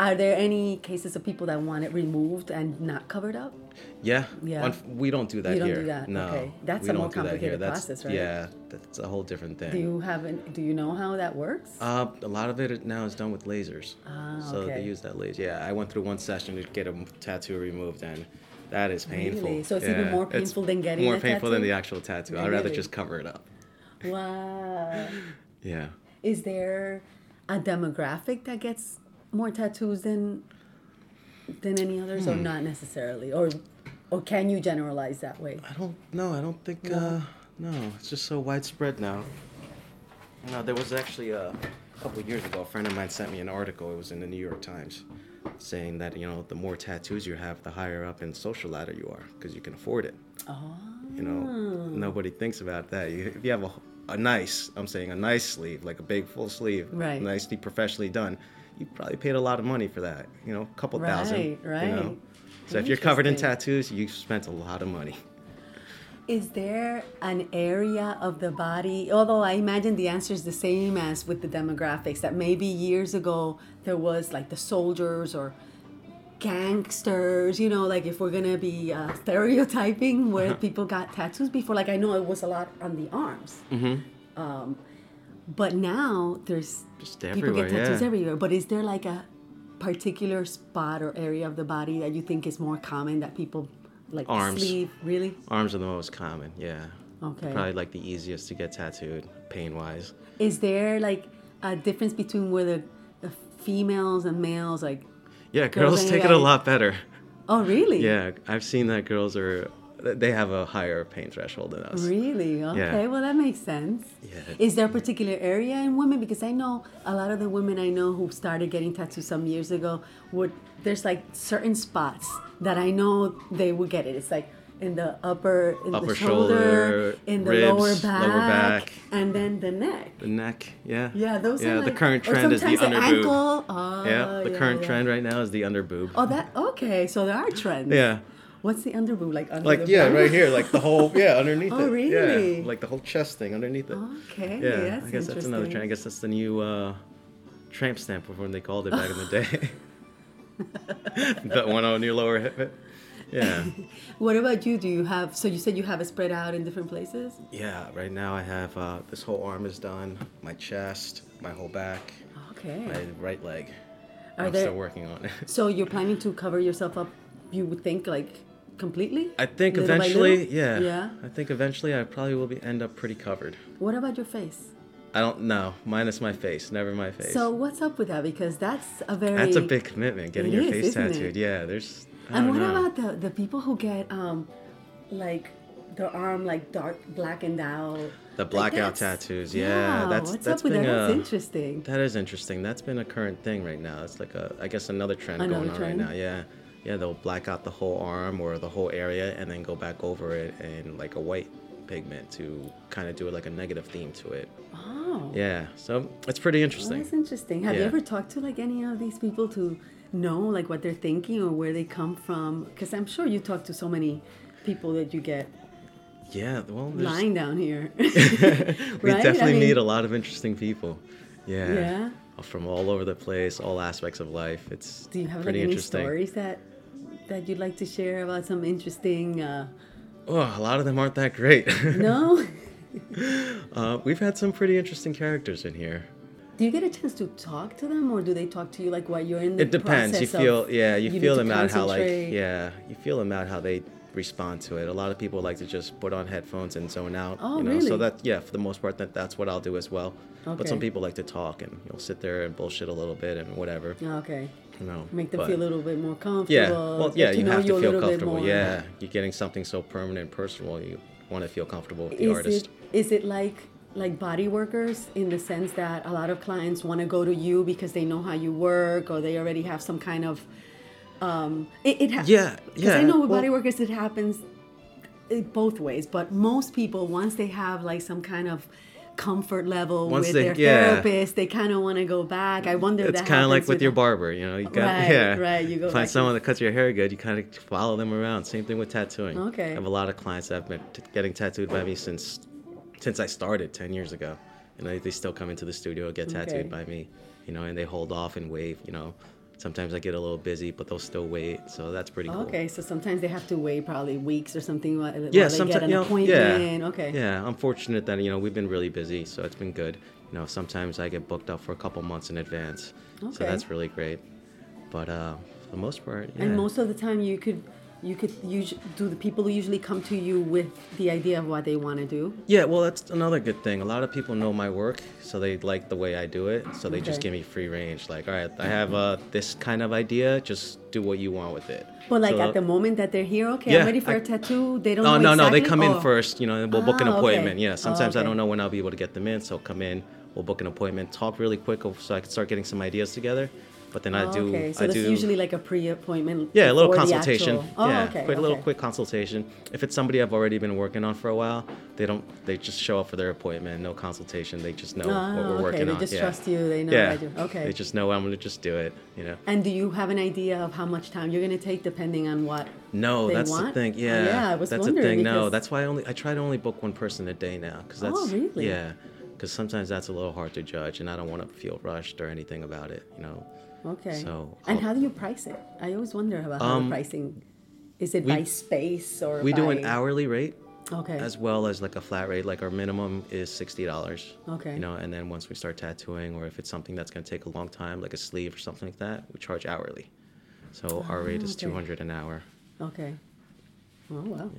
S1: are there any cases of people that want it removed and not covered up?
S2: Yeah.
S1: Yeah.
S2: Unf- we don't do that
S1: You don't
S2: here.
S1: do that,
S2: No.
S1: okay. That's
S2: we
S1: a
S2: don't
S1: more
S2: do that here.
S1: complicated
S2: That's,
S1: process, right?
S2: Yeah. That's a whole different thing.
S1: Do you have an, Do you know how that works?
S2: Uh, a lot of it now is done with lasers.
S1: Ah,
S2: so
S1: okay.
S2: they use that laser. Yeah, I went through one session to get a m- tattoo removed, and that is painful.
S1: Really? So it's even
S2: Yeah,
S1: more painful than getting
S2: More
S1: the
S2: painful than
S1: tattoo?
S2: the actual tattoo. I'd rather
S1: Really?
S2: just cover it up.
S1: wow.
S2: Yeah.
S1: Is there a demographic that gets more tattoos than than any others,
S2: Hmm.
S1: or not necessarily, or or can you generalize that way?
S2: I don't. No, I don't think. Uh, no, it's just so widespread now. No, there was actually uh, a couple of years ago, a friend of mine sent me an article. It was in the New York Times, saying that you know the more tattoos you have, the higher up in social ladder you are, because you can afford it.
S1: Oh,
S2: You know,
S1: Hmm.
S2: nobody thinks about that. You, if you have a, a nice, I'm saying a nice sleeve, like a big full sleeve,
S1: Right.
S2: nicely professionally done, you probably paid a lot of money for that. You know, a couple thousand.
S1: Right, right.
S2: You know? So if you're covered in
S1: Interesting.
S2: tattoos, you spent a lot of money.
S1: Is there an area of the body, although I imagine the answer is the same as with the demographics, that maybe years ago there was like the soldiers or gangsters, you know, like if we're gonna be uh, stereotyping where
S2: Uh-huh.
S1: people got tattoos before, like I know it was a lot on the arms. Um, but now there's
S2: Mm-hmm. Just
S1: people get
S2: everywhere,
S1: tattoos
S2: yeah.
S1: everywhere. But is there like a particular spot or area of the body that you think is more common that people like the
S2: Arms.
S1: sleeve really?
S2: Arms are the most common, yeah.
S1: Okay.
S2: Probably like the easiest to get tattooed, pain wise.
S1: Is there like a difference between where the, the females and males like?
S2: Yeah,
S1: Girls
S2: girls
S1: and
S2: take it a
S1: guys.
S2: lot better.
S1: Oh, really?
S2: Yeah, I've seen that girls are, they have a higher pain threshold than us.
S1: Really? Okay. Well, that makes sense.
S2: Yeah.
S1: Is there a particular area in women? Because I know a lot of the women I know who started getting tattoos some years ago would. There's like certain spots that I know they would get it. It's like in the upper, in the
S2: Upper
S1: shoulder,
S2: shoulder,
S1: in the
S2: ribs,
S1: lower,
S2: lower
S1: back,
S2: back.
S1: and then the neck.
S2: The neck, yeah.
S1: Yeah, those are
S2: Yeah, the
S1: like,
S2: current
S1: or
S2: trend is the
S1: sometimes
S2: underboob.
S1: ankle. Oh,
S2: yeah, the
S1: yeah,
S2: current
S1: yeah.
S2: trend right now is the underboob.
S1: Oh, that okay. So there are trends.
S2: Yeah.
S1: What's the underboob like? Under
S2: Like
S1: the
S2: yeah,
S1: boob?
S2: right here, like the whole yeah, underneath
S1: Oh,
S2: it.
S1: really?
S2: Yeah, like the whole chest thing underneath it.
S1: Okay.
S2: yeah,
S1: That's
S2: I guess that's another trend. I
S1: interesting.
S2: guess that's the new uh, tramp stamp of when they called it back in the day. that one on your lower hip. Yeah.
S1: What about you? Do you have? So you said you have it spread out in different places.
S2: yeah, right now I have uh, this whole arm is done, my chest, my whole back, my
S1: Okay.
S2: right leg.
S1: Are
S2: I'm
S1: there-
S2: still working on it.
S1: So you're planning to cover yourself up? You would think like completely.
S2: I think
S1: Little by
S2: eventually,
S1: little?
S2: yeah.
S1: Yeah.
S2: I think eventually I probably will be end up pretty covered.
S1: What about your face?
S2: I don't know. Minus my face, never my face.
S1: So what's up with that? Because that's a very
S2: That's a big commitment, getting
S1: It
S2: your
S1: is,
S2: face
S1: isn't it?
S2: tattooed. Yeah, there's. I
S1: And
S2: don't
S1: what
S2: know.
S1: about the the people who get um, like their arm like dark blackened out?
S2: the
S1: Like,
S2: blackout
S1: that's-
S2: tattoos? Yeah, that's
S1: what's
S2: that's
S1: up with
S2: been uh,
S1: that?
S2: a.
S1: That's interesting.
S2: That is interesting. That's been a current thing right now. It's like a, I guess, another trend
S1: Another
S2: going on right
S1: trend?
S2: now. Yeah, yeah. They'll black out the whole arm or the whole area and then go back over it in like a white pigment to kind of do like a negative theme to it.
S1: Wow.
S2: Yeah, so it's pretty
S1: Well,
S2: interesting.
S1: That's interesting. Have you
S2: Yeah.
S1: ever talked to like any of these people to know like what they're thinking or where they come from? Because I'm sure you talk to so many people that you get
S2: Yeah, well, there's,
S1: lying down here.
S2: we
S1: right? I
S2: definitely meet
S1: mean-
S2: a lot of interesting people. Yeah.
S1: Yeah?
S2: From all over the place, all aspects of life. It's
S1: Do you have like
S2: pretty
S1: any
S2: interesting.
S1: stories that that you'd like to share about some interesting? Uh,
S2: Oh, a lot of them aren't that great.
S1: no.
S2: uh, we've had some pretty interesting characters in here.
S1: Do you get a chance to talk to them, or do they talk to you like while you're in the
S2: It depends. You
S1: process
S2: feel
S1: of-
S2: yeah, you,
S1: need
S2: feel
S1: to
S2: them out how like
S1: concentrate?
S2: yeah, you feel them out how they respond to it. A lot of people like to just put on headphones and zone out.
S1: Oh,
S2: you know,
S1: really?
S2: so that yeah, for the most part that that's what I'll do as well. But some
S1: Okay.
S2: people like to talk and you'll sit there and bullshit a little bit and whatever.
S1: Okay.
S2: You know.
S1: Make them
S2: but-
S1: feel a little bit more comfortable.
S2: Yeah. Well,
S1: get
S2: yeah,
S1: to
S2: you
S1: know
S2: have
S1: a
S2: to feel
S1: little bit
S2: comfortable.
S1: more.
S2: Yeah. You're getting something so permanent and personal, you want to feel comfortable with the
S1: is
S2: artist.
S1: it is it like like body workers in the sense that a lot of clients want to go to you because they know how you work or they already have some kind of um it, it happens
S2: Yeah,
S1: i
S2: yeah,
S1: know with
S2: well-
S1: body workers it happens it both ways but most people once they have like some kind of comfort level
S2: Once
S1: with
S2: they-
S1: their
S2: yeah.
S1: therapist they kind of want to go back i wonder if
S2: It's
S1: that
S2: kind of like
S1: happens
S2: with your barber, you know. You got
S1: Right,
S2: yeah.
S1: right, you go back
S2: find
S1: and-
S2: someone that cuts your hair good. You kind of follow them around. Same thing with tattooing.
S1: Okay.
S2: I have a lot of clients that have been t- getting tattooed by me since since I started ten years ago, and they, they still come into the studio and get
S1: Okay.
S2: tattooed by me, you know. And they hold off and wave, you know. Sometimes I get a little busy, but they'll still wait. So that's pretty cool.
S1: okay so sometimes they have to wait probably weeks or something while, while
S2: Yeah,
S1: they
S2: sometimes
S1: get an
S2: you know,
S1: appointment
S2: yeah,
S1: okay
S2: Yeah, I'm fortunate that you know we've been really busy, so it's been good. You know, sometimes I get booked up for a couple months in advance, so
S1: Okay.
S2: that's really great. But uh, for the most part, yeah.
S1: And most of the time, you could, you could, usu do the people usually come to you with the idea of what they want to do?
S2: yeah, well, that's another good thing. A lot of people know my work, so they like the way I do it, so they just
S1: Okay.
S2: give me free range. Like, all right, I have uh, this kind of idea, just do what you want with it.
S1: But like
S2: So-
S1: at the moment that they're here, okay, I'm
S2: Yeah,
S1: ready for
S2: I-
S1: a tattoo. They don't.
S2: No,
S1: know
S2: Uh, no, no. They
S1: exactly-
S2: come in
S1: oh,
S2: first. You know, and we'll book an
S1: Ah, okay.
S2: appointment. Yeah.
S1: Oh,
S2: Sometimes I
S1: okay.
S2: don't know when I'll be able to get them in, so come in. We'll book an appointment. Talk really quick, oh, so I can start getting some ideas together. But then I do.
S1: Ah, Oh, Okay, so
S2: I
S1: that's
S2: do.
S1: usually like a pre-appointment.
S2: yeah, a little
S1: before the
S2: consultation.
S1: actual- Oh,
S2: yeah,
S1: okay.
S2: quick, little
S1: okay.
S2: quick consultation. If it's somebody I've already been working on for a while, they don't. They just show up for their appointment, no consultation. They just know
S1: Ah,
S2: what we're
S1: okay.
S2: working
S1: they
S2: on.
S1: just
S2: yeah.
S1: trust you. They know.
S2: yeah.
S1: I do. Okay.
S2: They just know I'm gonna just do it. You know.
S1: and do you have an idea of how much time you're going to take, depending on what?
S2: No,
S1: they
S2: that's the
S1: want?
S2: thing.
S1: Oh,
S2: Yeah,
S1: yeah, I was
S2: that's
S1: wondering
S2: the thing. No,
S1: because- Oh,
S2: that's why I only I try to only book one person a day now because that's
S1: really?
S2: yeah, because sometimes that's a little hard to judge, and I don't want to feel rushed or anything about it. You know,
S1: Okay.
S2: So,
S1: and
S2: I'll-
S1: how do you price it? I always wonder about how the
S2: Um,
S1: pricing. Is it
S2: we-
S1: by space or
S2: we do an
S1: by-
S2: hourly rate
S1: Okay.
S2: as well as like a flat rate. Like our minimum is sixty dollars.
S1: Okay.
S2: You know, and then once we start tattooing, or if it's something that's going to take a long time, like a sleeve or something like that, we charge hourly. So our rate is
S1: Ah, okay.
S2: two hundred an hour.
S1: Okay. Oh wow.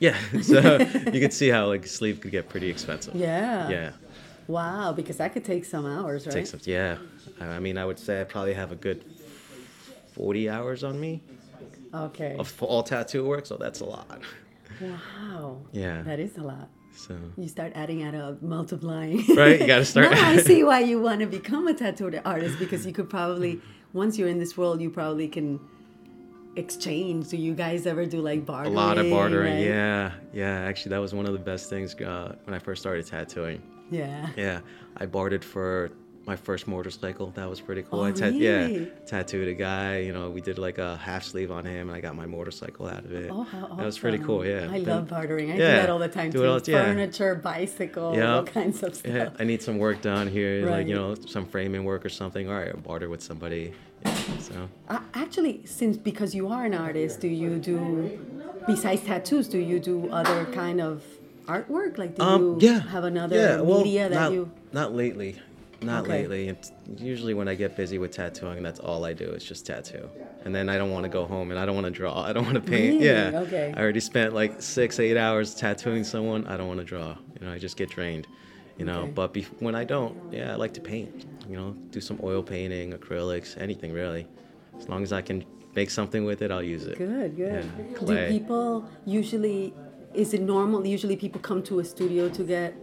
S2: Yeah, so you can see how like sleeve could get pretty expensive.
S1: Yeah.
S2: Yeah.
S1: Wow, because that could take some hours, right?
S2: Take some, yeah. I I mean, I would say I probably have a good 40 hours on me
S1: Okay.
S2: of all tattoo work, so that's a lot.
S1: Wow.
S2: Yeah.
S1: That is a lot.
S2: So,
S1: You start adding at a multiplying.
S2: right? You got to start.
S1: now I see why you want to become a tattooed artist because you could probably once you're in this world you probably can exchange. Do you guys ever do like
S2: a
S1: bartering?
S2: lot of bartering.
S1: right?
S2: Yeah. Yeah. Actually, that was one of the best things uh, when I first started tattooing.
S1: Yeah.
S2: Yeah. I bartered for my first motorcycle. That was pretty cool.
S1: Oh,
S2: I ta- yeah,
S1: really?
S2: tattooed a guy. You know, we did like a half sleeve on him, and I got my motorcycle out of it.
S1: Oh, how awesome.
S2: That was pretty cool. Yeah,
S1: I
S2: Then-
S1: love bartering. I do
S2: yeah,
S1: that all the time
S2: do it
S1: too.
S2: all- yeah.
S1: Furniture, bicycle,
S2: Yeah.
S1: all kinds of stuff.
S2: Yeah, I need some work done here, like you
S1: Right.
S2: know, some framing work or something. All right, I'll barter with somebody. So
S1: Uh, actually, since because you are an artist, do you do besides tattoos? Do you do other kind of artwork? Like, do you
S2: um, yeah,
S1: have another
S2: yeah, well,
S1: media that
S2: not,
S1: you?
S2: Not lately, not
S1: Okay.
S2: lately. It's usually when I get busy with tattooing, that's all I do is just tattoo, and then I don't want to go home and I don't want to draw. I don't want to paint.
S1: Really?
S2: Yeah,
S1: Okay.
S2: I already spent like six, eight hours tattooing someone. I don't want to draw. You know, I just get drained. You know,
S1: Okay.
S2: but be- when I don't, yeah, I like to paint. You know, do some oil painting, acrylics, anything really. As long as I can make something with it, I'll use it.
S1: Good, good.
S2: Yeah,
S1: do
S2: clay.
S1: people usually? Is it normal? Usually, people come to a studio to get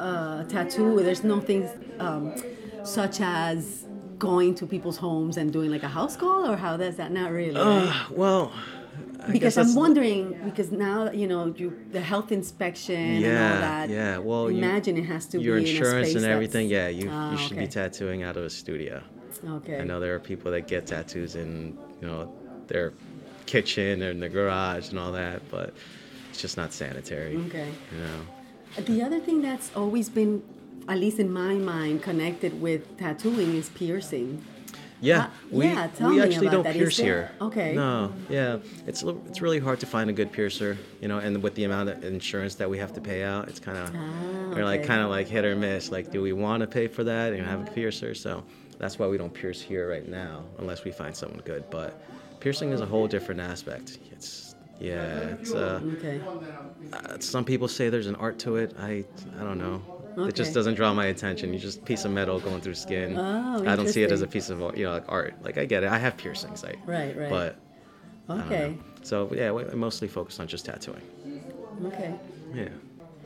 S1: uh, a tattoo. There's no things um, such as going to people's homes and doing like a house call, or how does that? Not really. right?
S2: Uh, well, I guess
S1: because
S2: that's-
S1: I'm wondering because now you know you the health inspection and all
S2: Yeah,
S1: that.
S2: yeah, well, you-
S1: imagine it has to
S2: your
S1: be in a
S2: insurance
S1: space
S2: and
S1: that's-
S2: everything. Yeah, you
S1: Ah,
S2: you should
S1: okay.
S2: be tattooing out of a studio.
S1: Okay.
S2: I know there are people that get tattoos in you know their kitchen or in the garage and all that, but it's just not sanitary.
S1: Okay.
S2: You know.
S1: The other thing that's always been, at least in my mind, connected with tattooing is piercing.
S2: Yeah,
S1: Uh,
S2: we,
S1: yeah, tell
S2: we
S1: me
S2: actually
S1: about
S2: don't
S1: that. Is
S2: pierce
S1: there-
S2: here.
S1: okay.
S2: No, yeah, it's a little- it's really hard to find a good piercer, you know, and with the amount of insurance that we have to pay out, it's kind of
S1: Ah,
S2: we're like
S1: okay.
S2: kind of like hit or miss. Like, do we want to pay for that and have a piercer? So that's why we don't pierce here right now, unless we find someone good. But piercing is a whole different aspect. It's yeah, it's uh,
S1: Okay.
S2: uh, some people say there's an art to it. I I don't know. It
S1: Okay.
S2: just doesn't draw my attention. You just piece of metal going through skin.
S1: Oh,
S2: I don't see it as a
S1: interesting.
S2: piece of you know like art. Like I get it. I have piercings. I,
S1: Right, right.
S2: But I don't
S1: Okay.
S2: know. So yeah, we I mostly focus on just tattooing.
S1: Okay.
S2: Yeah.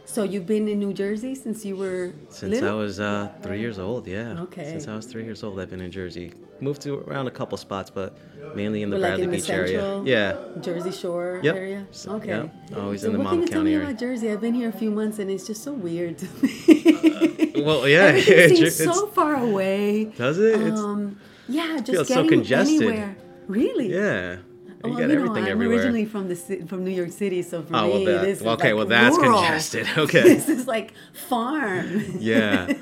S1: So you've been in New Jersey since you were
S2: Since
S1: little.
S2: I was uh, three years old, yeah.
S1: Okay.
S2: Since I was three years old, I've been in Jersey. Moved to around a couple spots, but mainly in the
S1: But, like,
S2: Bradley
S1: in the
S2: Beach
S1: central-
S2: area. Yeah.
S1: Jersey Shore
S2: Yep.
S1: area.
S2: So-
S1: Okay.
S2: yep. Always
S1: so
S2: in the
S1: what can
S2: Monmouth
S1: you tell
S2: County
S1: me
S2: area.
S1: about Jersey? I've been here a few months and it's just so weird to me.
S2: Well, yeah,
S1: Everything
S2: Jer-
S1: seems so
S2: it's-
S1: far away.
S2: Does it? It's-
S1: Um, yeah, just
S2: feels so
S1: getting
S2: congested.
S1: anywhere. Really?
S2: yeah.
S1: Well,
S2: you
S1: oh, you,
S2: got
S1: know,
S2: everything
S1: I'm
S2: everywhere.
S1: originally from the ci- from New York City, so for
S2: Oh, well,
S1: me,
S2: that-
S1: this is
S2: well, okay,
S1: like
S2: well, that's
S1: rural.
S2: congested. Okay.
S1: this is like farm.
S2: yeah.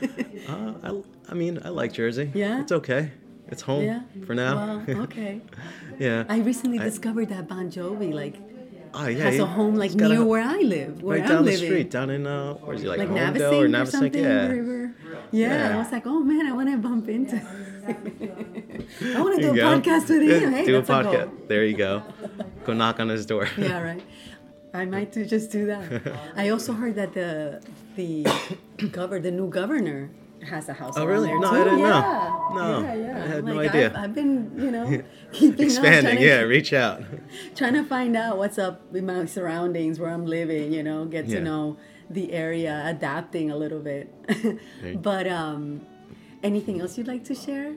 S2: Uh, I, I mean, I like Jersey.
S1: Yeah?
S2: It's okay. It's home
S1: yeah.
S2: for now.
S1: Well, okay.
S2: yeah.
S1: I recently
S2: I-
S1: discovered that Bon Jovi like
S2: oh, yeah,
S1: has
S2: he-
S1: a home like
S2: he's got a
S1: near
S2: ho-
S1: where I live, where
S2: Right
S1: I'm
S2: down the
S1: living.
S2: street, down in, uh, where is he, like,
S1: Like
S2: Holmdel
S1: Navasink
S2: or
S1: or,
S2: Navasink?
S1: something.
S2: yeah.
S1: whatever. Yeah, I
S2: Yeah.
S1: was like, oh man, I want to bump into. I want to do a
S2: There you go.
S1: podcast with him. Hey,
S2: do
S1: that's
S2: a
S1: goal.
S2: podcast. there you go. Go knock on his door.
S1: yeah, right. I might do just do that. I also heard that the the governor, the new governor, has a house.
S2: Oh,
S1: around
S2: really?
S1: there,
S2: No, I
S1: too.
S2: didn't know.
S1: yeah.
S2: No,
S1: yeah, yeah.
S2: I had
S1: Like,
S2: no
S1: I've-
S2: idea.
S1: I've, been, you know, keeping up,
S2: Expanding,
S1: trying to-
S2: yeah. Reach out.
S1: trying to find out what's up with my surroundings, where I'm living, you know, get
S2: Yeah.
S1: to know the area, adapting a little bit.
S2: you-
S1: but um, anything else you'd like to share?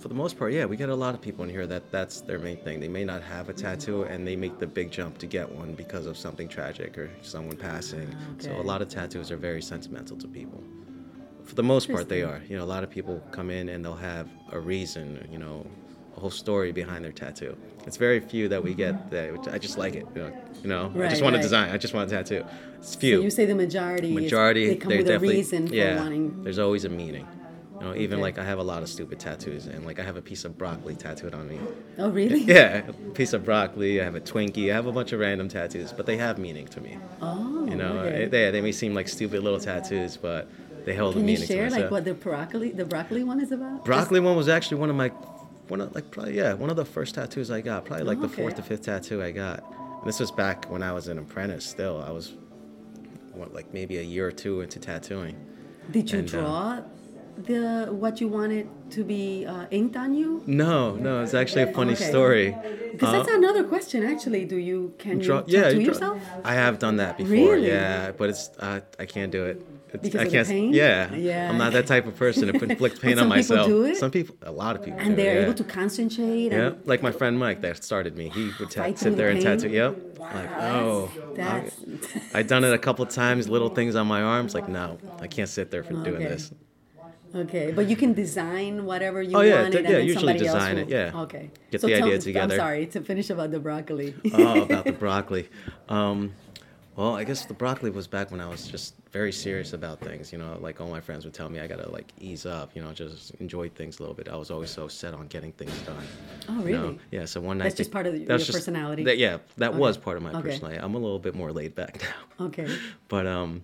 S2: For the most part, yeah, we get a lot of people in here that that's their main thing. They may not have a tattoo, and they make the big jump to get one because of something tragic or someone passing. So a
S1: okay.
S2: lot of tattoos are very sentimental to people. For the most part, they are. You know, a lot of people come in and they'll have a reason. You know, a whole story behind their tattoo. It's very few that we get that. Which I just like it. You know, you know I
S1: Right,
S2: just want
S1: right.
S2: a design. I just want a tattoo. It's few.
S1: So you say the majority. is-
S2: majority
S1: they come
S2: they're
S1: with a
S2: definitely
S1: reason for
S2: yeah
S1: wanting.
S2: there's always a meaning you know even
S1: Okay.
S2: like i have a lot of stupid tattoos and like i have a piece of broccoli tattooed on me
S1: Oh, really?
S2: yeah a piece of broccoli i have a twinkie i have a bunch of random tattoos but they have meaning to me
S1: Oh,
S2: you know
S1: okay.
S2: they, they may seem like stupid little tattoos but they hold a
S1: Can you
S2: meaning to
S1: share
S2: me
S1: like
S2: so-
S1: what the broccoli the broccoli one is about?
S2: broccoli one was actually one of my one of like probably yeah one of the first tattoos i got probably like
S1: Oh,
S2: the
S1: Okay.
S2: fourth or fifth tattoo i got and this was back when i was an apprentice still i was what, like maybe a year or two into tattooing
S1: Just- did you
S2: and, uh,
S1: draw the what you wanted to be uh, inked on you?
S2: No, no, it's actually a funny
S1: Okay.
S2: story.
S1: Because
S2: Uh,
S1: that's another question actually. Do you can
S2: draw-
S1: you tattoo
S2: you draw-
S1: yourself?
S2: I have done that before.
S1: Really?
S2: Yeah, but it's uh, I can't do it. It's,
S1: Because
S2: I
S1: of the
S2: can't.
S1: pain?
S2: Yeah,
S1: Yeah.
S2: I'm not that type of person to put inflict pain
S1: some
S2: on
S1: people
S2: myself.
S1: do it?
S2: Some people, a lot of people,
S1: And
S2: do it,
S1: they're
S2: yeah.
S1: able to concentrate.
S2: Yeah,
S1: And,
S2: like my friend Mike that started me. He would ta-
S1: Fight through
S2: sit there
S1: the
S2: and
S1: pain?
S2: tattoo. Yep. Like, oh,
S1: that's
S2: I, I done it a couple times. Little things on my arms. Like, no, I can't sit there for doing
S1: Oh, Okay.
S2: this.
S1: Okay, but you can design whatever you
S2: Oh,
S1: want.
S2: yeah,
S1: it,
S2: d-
S1: and
S2: yeah,
S1: then
S2: usually
S1: somebody
S2: design
S1: else
S2: it,
S1: will-
S2: yeah.
S1: Okay.
S2: Get the idea together.
S1: I'm sorry to finish about the broccoli.
S2: oh, about the broccoli. Um, well, I guess the broccoli was back when I was just very serious about things. You know, like all my friends would tell me, I gotta like ease up. You know, just enjoy things a little bit. I was always so set on getting things done.
S1: Oh,
S2: you know?
S1: really?
S2: Yeah. So one night
S1: That's just
S2: they-
S1: part of
S2: that's
S1: your personality?
S2: that- yeah, that was part of my
S1: Okay.
S2: personality. I'm a little bit more laid back now.
S1: okay.
S2: But um,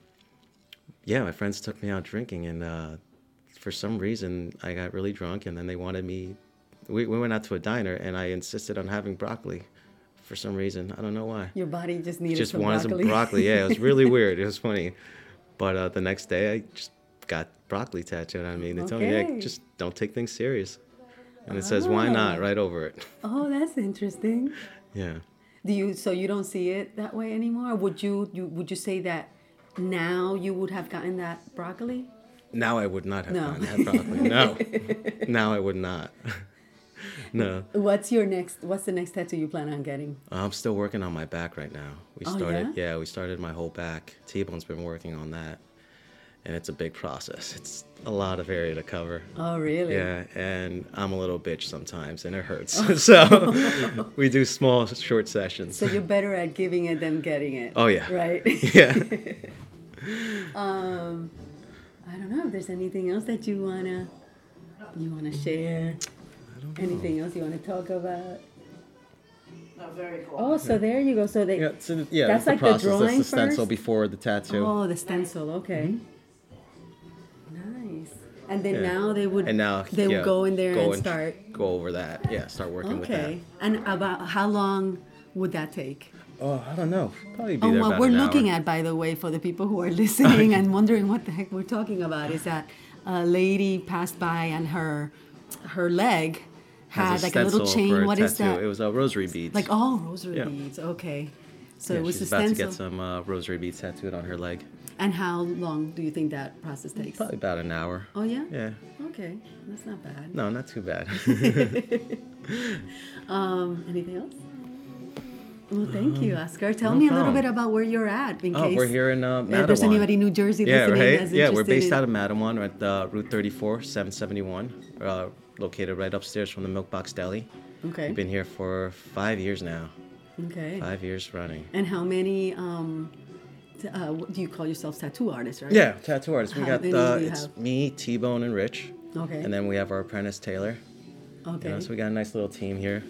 S2: yeah, my friends took me out drinking, and uh, for some reason, I got really drunk, and then they wanted me. We, we went out to a diner, and I insisted on having broccoli. For some reason, I don't know why.
S1: Your body just needed
S2: just
S1: some
S2: wanted
S1: broccoli.
S2: some broccoli. Yeah, it was really weird. It was funny, but uh, the next day, I just got broccoli tattooed on me, and they told me,
S1: Okay.
S2: yeah, just don't take things serious. And it says, why
S1: Ah.
S2: not? Right over it.
S1: oh, that's interesting.
S2: Yeah.
S1: Do you so you don't see it that way anymore? Would you, you would you say that now you would have gotten that broccoli?
S2: Now I would not have
S1: No.
S2: gotten that broccoli. No. now I would not. no.
S1: What's your next? What's the next tattoo you plan on getting?
S2: I'm still working on my back right now. We
S1: Oh,
S2: started,
S1: yeah?
S2: yeah? we started my whole back. T-Bone's been working on that, and it's a big process. It's a lot of area to cover.
S1: Oh, really?
S2: Yeah, and I'm a little bitch sometimes, and it hurts. so we do small, short sessions.
S1: So you're better at giving it than getting it.
S2: Oh, yeah.
S1: Right.
S2: yeah.
S1: I don't know if there's anything else that you wanna you wanna share. Anything else you wanna talk about?
S3: No, very cool.
S1: Oh, so there you go. So they.
S4: Yeah, so yeah, that's,
S1: That's like the
S4: the process. that's
S1: drawing
S4: the stencil
S1: first?
S4: before the tattoo.
S1: Oh, the stencil. Okay. Nice. And then
S2: Mm-hmm. Yeah.
S1: now they would.
S2: And now
S1: they
S2: yeah,
S1: would go in there and start.
S2: Go over that. Yeah, start working with that.
S1: Okay. And about how long would that take?
S2: Oh, I don't know. Probably be
S1: Oh,
S2: there
S1: what
S2: about
S1: we're
S2: an
S1: looking
S2: hour.
S1: at, by the way, for the people who are listening and wondering what the heck we're talking about, is that a lady passed by and her her leg had
S2: Has
S1: like a little
S2: stencil for
S1: chain.
S2: a
S1: What is
S2: tattoo.
S1: that?
S2: It was uh, rosary beads.
S1: like all rosary
S2: Yeah.
S1: beads. Okay. So
S2: Yeah,
S1: it was
S2: she's
S1: a
S2: about to
S1: stencil.
S2: get some uh, rosary beads tattooed on her leg.
S1: And how long do you think that process takes?
S2: Probably about an hour.
S1: Oh yeah.
S2: Yeah.
S1: Okay, that's not bad.
S2: No, not too bad.
S1: Um, anything else? Well, thank you, Oscar. Tell me a little
S2: Um, problem.
S1: bit about where you're at, in
S2: oh,
S1: case
S2: we're here in uh,
S1: uh, there's anybody in
S2: Madawan.
S1: New Jersey
S2: Yeah,
S1: listening
S2: right.
S1: that's
S2: Yeah, we're
S1: interested
S2: based
S1: in-
S2: out of Madawan. We're at uh, Route 34, 771, uh, located right upstairs from the Milk Box Deli.
S1: Okay.
S2: We've been here for five years now.
S1: okay.
S2: Five years running.
S1: And how many um, t- uh, what do you call yourself tattoo artists, right?
S2: Yeah, tattoo artists. We
S1: How
S2: got
S1: many
S2: uh,
S1: do you
S2: it's
S1: have?
S2: me, T Bone, and Rich.
S1: Okay.
S2: And then we have our apprentice Taylor.
S1: Okay.
S2: You know, so we got a nice little team here.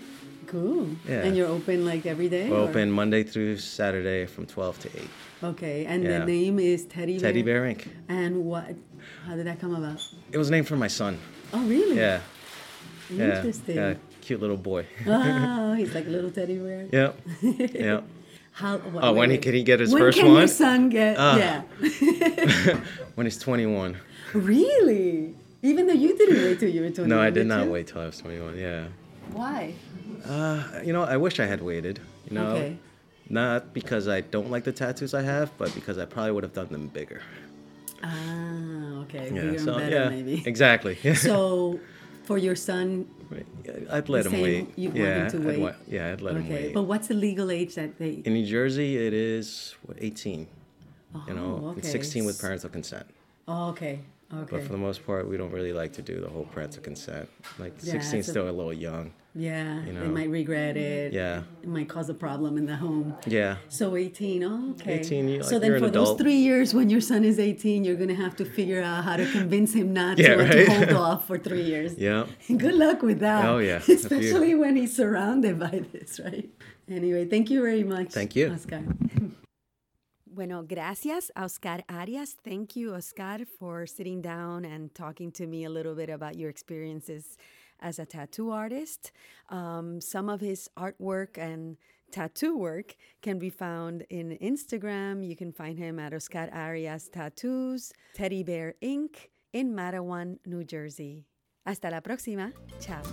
S1: cool.
S2: Yeah.
S1: And you're open like every day?
S2: We're
S1: or-
S2: open Monday through Saturday from 12 to 8.
S1: Okay. And the
S2: Yeah.
S1: name is Teddy Bear.
S2: Teddy Bear Inc.
S1: And what? How did that come about?
S2: It was named for my son.
S1: Oh, really?
S2: Yeah. yeah,
S1: Interesting. Oh.
S2: Yeah. Cute little boy.
S1: Wow, he's like a little teddy bear.
S2: yep. Yep.
S1: How? What,
S2: Oh, when he-
S1: wait.
S2: can he get his
S1: when
S2: first
S1: can Your
S2: one? Ah.
S1: son get? yeah.
S2: When he's 21.
S1: Really? Even though you didn't wait till you were 21.
S2: No, I did
S1: you?
S2: not wait till I was 21. Yeah.
S1: Why?
S2: Uh, you know, I wish I had waited. You know,
S1: Okay.
S2: not because I don't like the tattoos I have, but because I probably would have done them bigger.
S1: Ah, okay.
S2: Yeah.
S1: Bigger and
S2: so
S1: better,
S2: yeah.
S1: maybe.
S2: Exactly.
S1: So, for your son,
S2: I'd let
S1: the
S2: him
S1: same-
S2: wait.
S1: you'd want him
S2: yeah,
S1: to
S2: I'd
S1: wait.
S2: wa- yeah, I'd let him
S1: okay.
S2: wait.
S1: But what's the legal age that they?
S2: In New Jersey, it is what, 18. you know,
S1: Oh,
S2: and
S1: okay.
S2: 16 with parental consent.
S1: Oh, okay. Okay.
S2: But for the most part, we don't really like to do the whole parental consent. Like
S1: Yeah,
S2: 16
S1: it's
S2: 's
S1: a-
S2: still a little young.
S1: yeah. They
S2: you know.
S1: might regret it.
S2: Yeah.
S1: It might cause a problem in the home.
S2: Yeah.
S1: So 18, oh, okay.
S2: 18, you-
S1: so
S2: like,
S1: then
S2: you're an
S1: for those
S2: adult.
S1: three years when your son is 18, you're going to have to figure out how to convince him not
S2: Yeah,
S1: to, to
S2: right.
S1: hold off for three years.
S2: Yeah.
S1: Good luck with that.
S2: Oh, yeah. If you-
S1: Especially when he's surrounded by this, right? Anyway, thank you very much.
S2: Thank you.
S1: Oscar.
S5: Bueno, gracias, Oscar Arias. Thank you, Oscar, for sitting down and talking to me a little bit about your experiences as a tattoo artist. Um, some of his artwork and tattoo work can be found in Instagram. You can find him at Oscar Arias Tattoos, Teddy Bear Inc. in Mattawan, New Jersey. Hasta la próxima. Chao.